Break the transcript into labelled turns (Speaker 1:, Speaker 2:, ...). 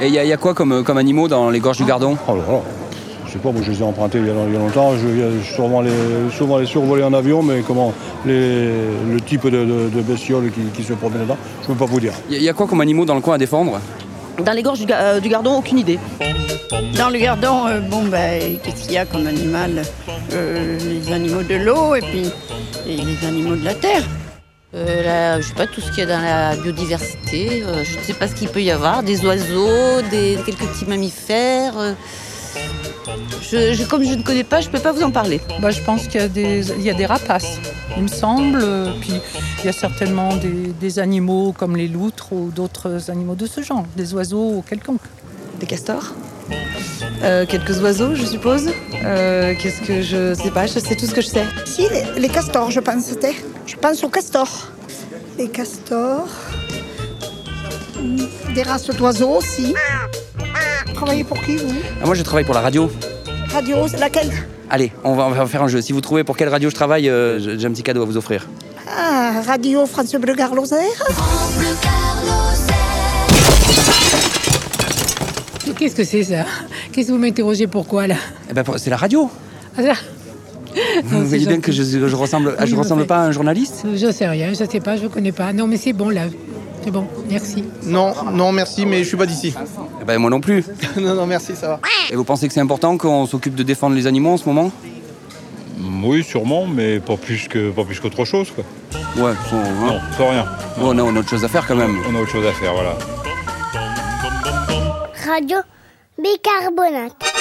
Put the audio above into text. Speaker 1: Et il y, a- il y a quoi comme, comme animaux dans les gorges du Gardon
Speaker 2: Oh là là. Je sais pas, moi je les ai empruntés il y a, il y a longtemps, je vais souvent les, souvent les survoler en avion, mais comment les- le type de, de- de bestiole qui, qui se promène là-dedans, je ne peux pas vous dire.
Speaker 1: Il y, a- il y a quoi comme animaux dans le coin à défendre
Speaker 3: Dans les gorges du, Ga- euh, du Gardon, aucune idée.
Speaker 4: Dans le gardon, euh, bon, ben, qu'est-ce qu'il y a comme animal Euh, Les animaux de l'eau et puis et les animaux de la terre.
Speaker 5: Euh, la- je sais pas tout ce qu'il y a dans la biodiversité. euh, je ne sais pas ce qu'il peut y avoir. Des oiseaux, des quelques petits mammifères. euh. Je- je- comme je ne connais pas, je peux pas vous en parler.
Speaker 6: Bah, je pense qu'il y a, des, il y a des rapaces, il me semble. euh, Puis il y a certainement des, des animaux comme les loutres ou d'autres animaux de ce genre, des oiseaux quelconques.
Speaker 7: Des castors Euh, quelques oiseaux, je suppose. Euh, Qu'est-ce que je sais pas, je sais tout ce que je sais.
Speaker 8: Si, les, les castors, je pense, c'était. Je pense aux castors. Les castors. Hmm, Des races d'oiseaux aussi. Travaillez pour qui, vous
Speaker 1: Ah, Moi je travaille pour la radio.
Speaker 8: Radio, c'est laquelle
Speaker 1: Allez, on va, on va faire un jeu. Si vous trouvez pour quelle radio je travaille, euh, j'ai j'ai un petit cadeau à vous offrir.
Speaker 8: Ah, Radio France Bleu Garloser.
Speaker 9: Mais Qu'est-ce que c'est ça Qu'est-ce que vous m'interrogez pourquoi là
Speaker 1: Eh ben, pour- c'est la radio.
Speaker 9: Ah, ça
Speaker 1: Vous
Speaker 9: c'est
Speaker 1: voyez bien
Speaker 9: gentil.
Speaker 1: que je, je ressemble, ah,
Speaker 9: Oui,
Speaker 1: je
Speaker 9: en
Speaker 1: ressemble
Speaker 9: fait.
Speaker 1: pas à un journaliste
Speaker 9: Je sais rien, je sais pas, je connais pas. Non mais c'est bon là. C'est bon, merci.
Speaker 10: Non, non, merci, mais je suis pas d'ici.
Speaker 1: Eh ben, Moi non plus.
Speaker 10: non, non, merci, ça va.
Speaker 1: Et vous pensez que c'est important qu'on s'occupe de défendre les animaux en ce moment
Speaker 2: Oui, sûrement, mais pas plus que pas plus qu'autre chose. Quoi.
Speaker 1: Ouais, on, hein.
Speaker 11: Non, pas rien.
Speaker 1: Ouais, on a, on a autre chose à faire quand même.
Speaker 11: On a autre chose à faire, voilà.
Speaker 12: Radio Bicarbonate.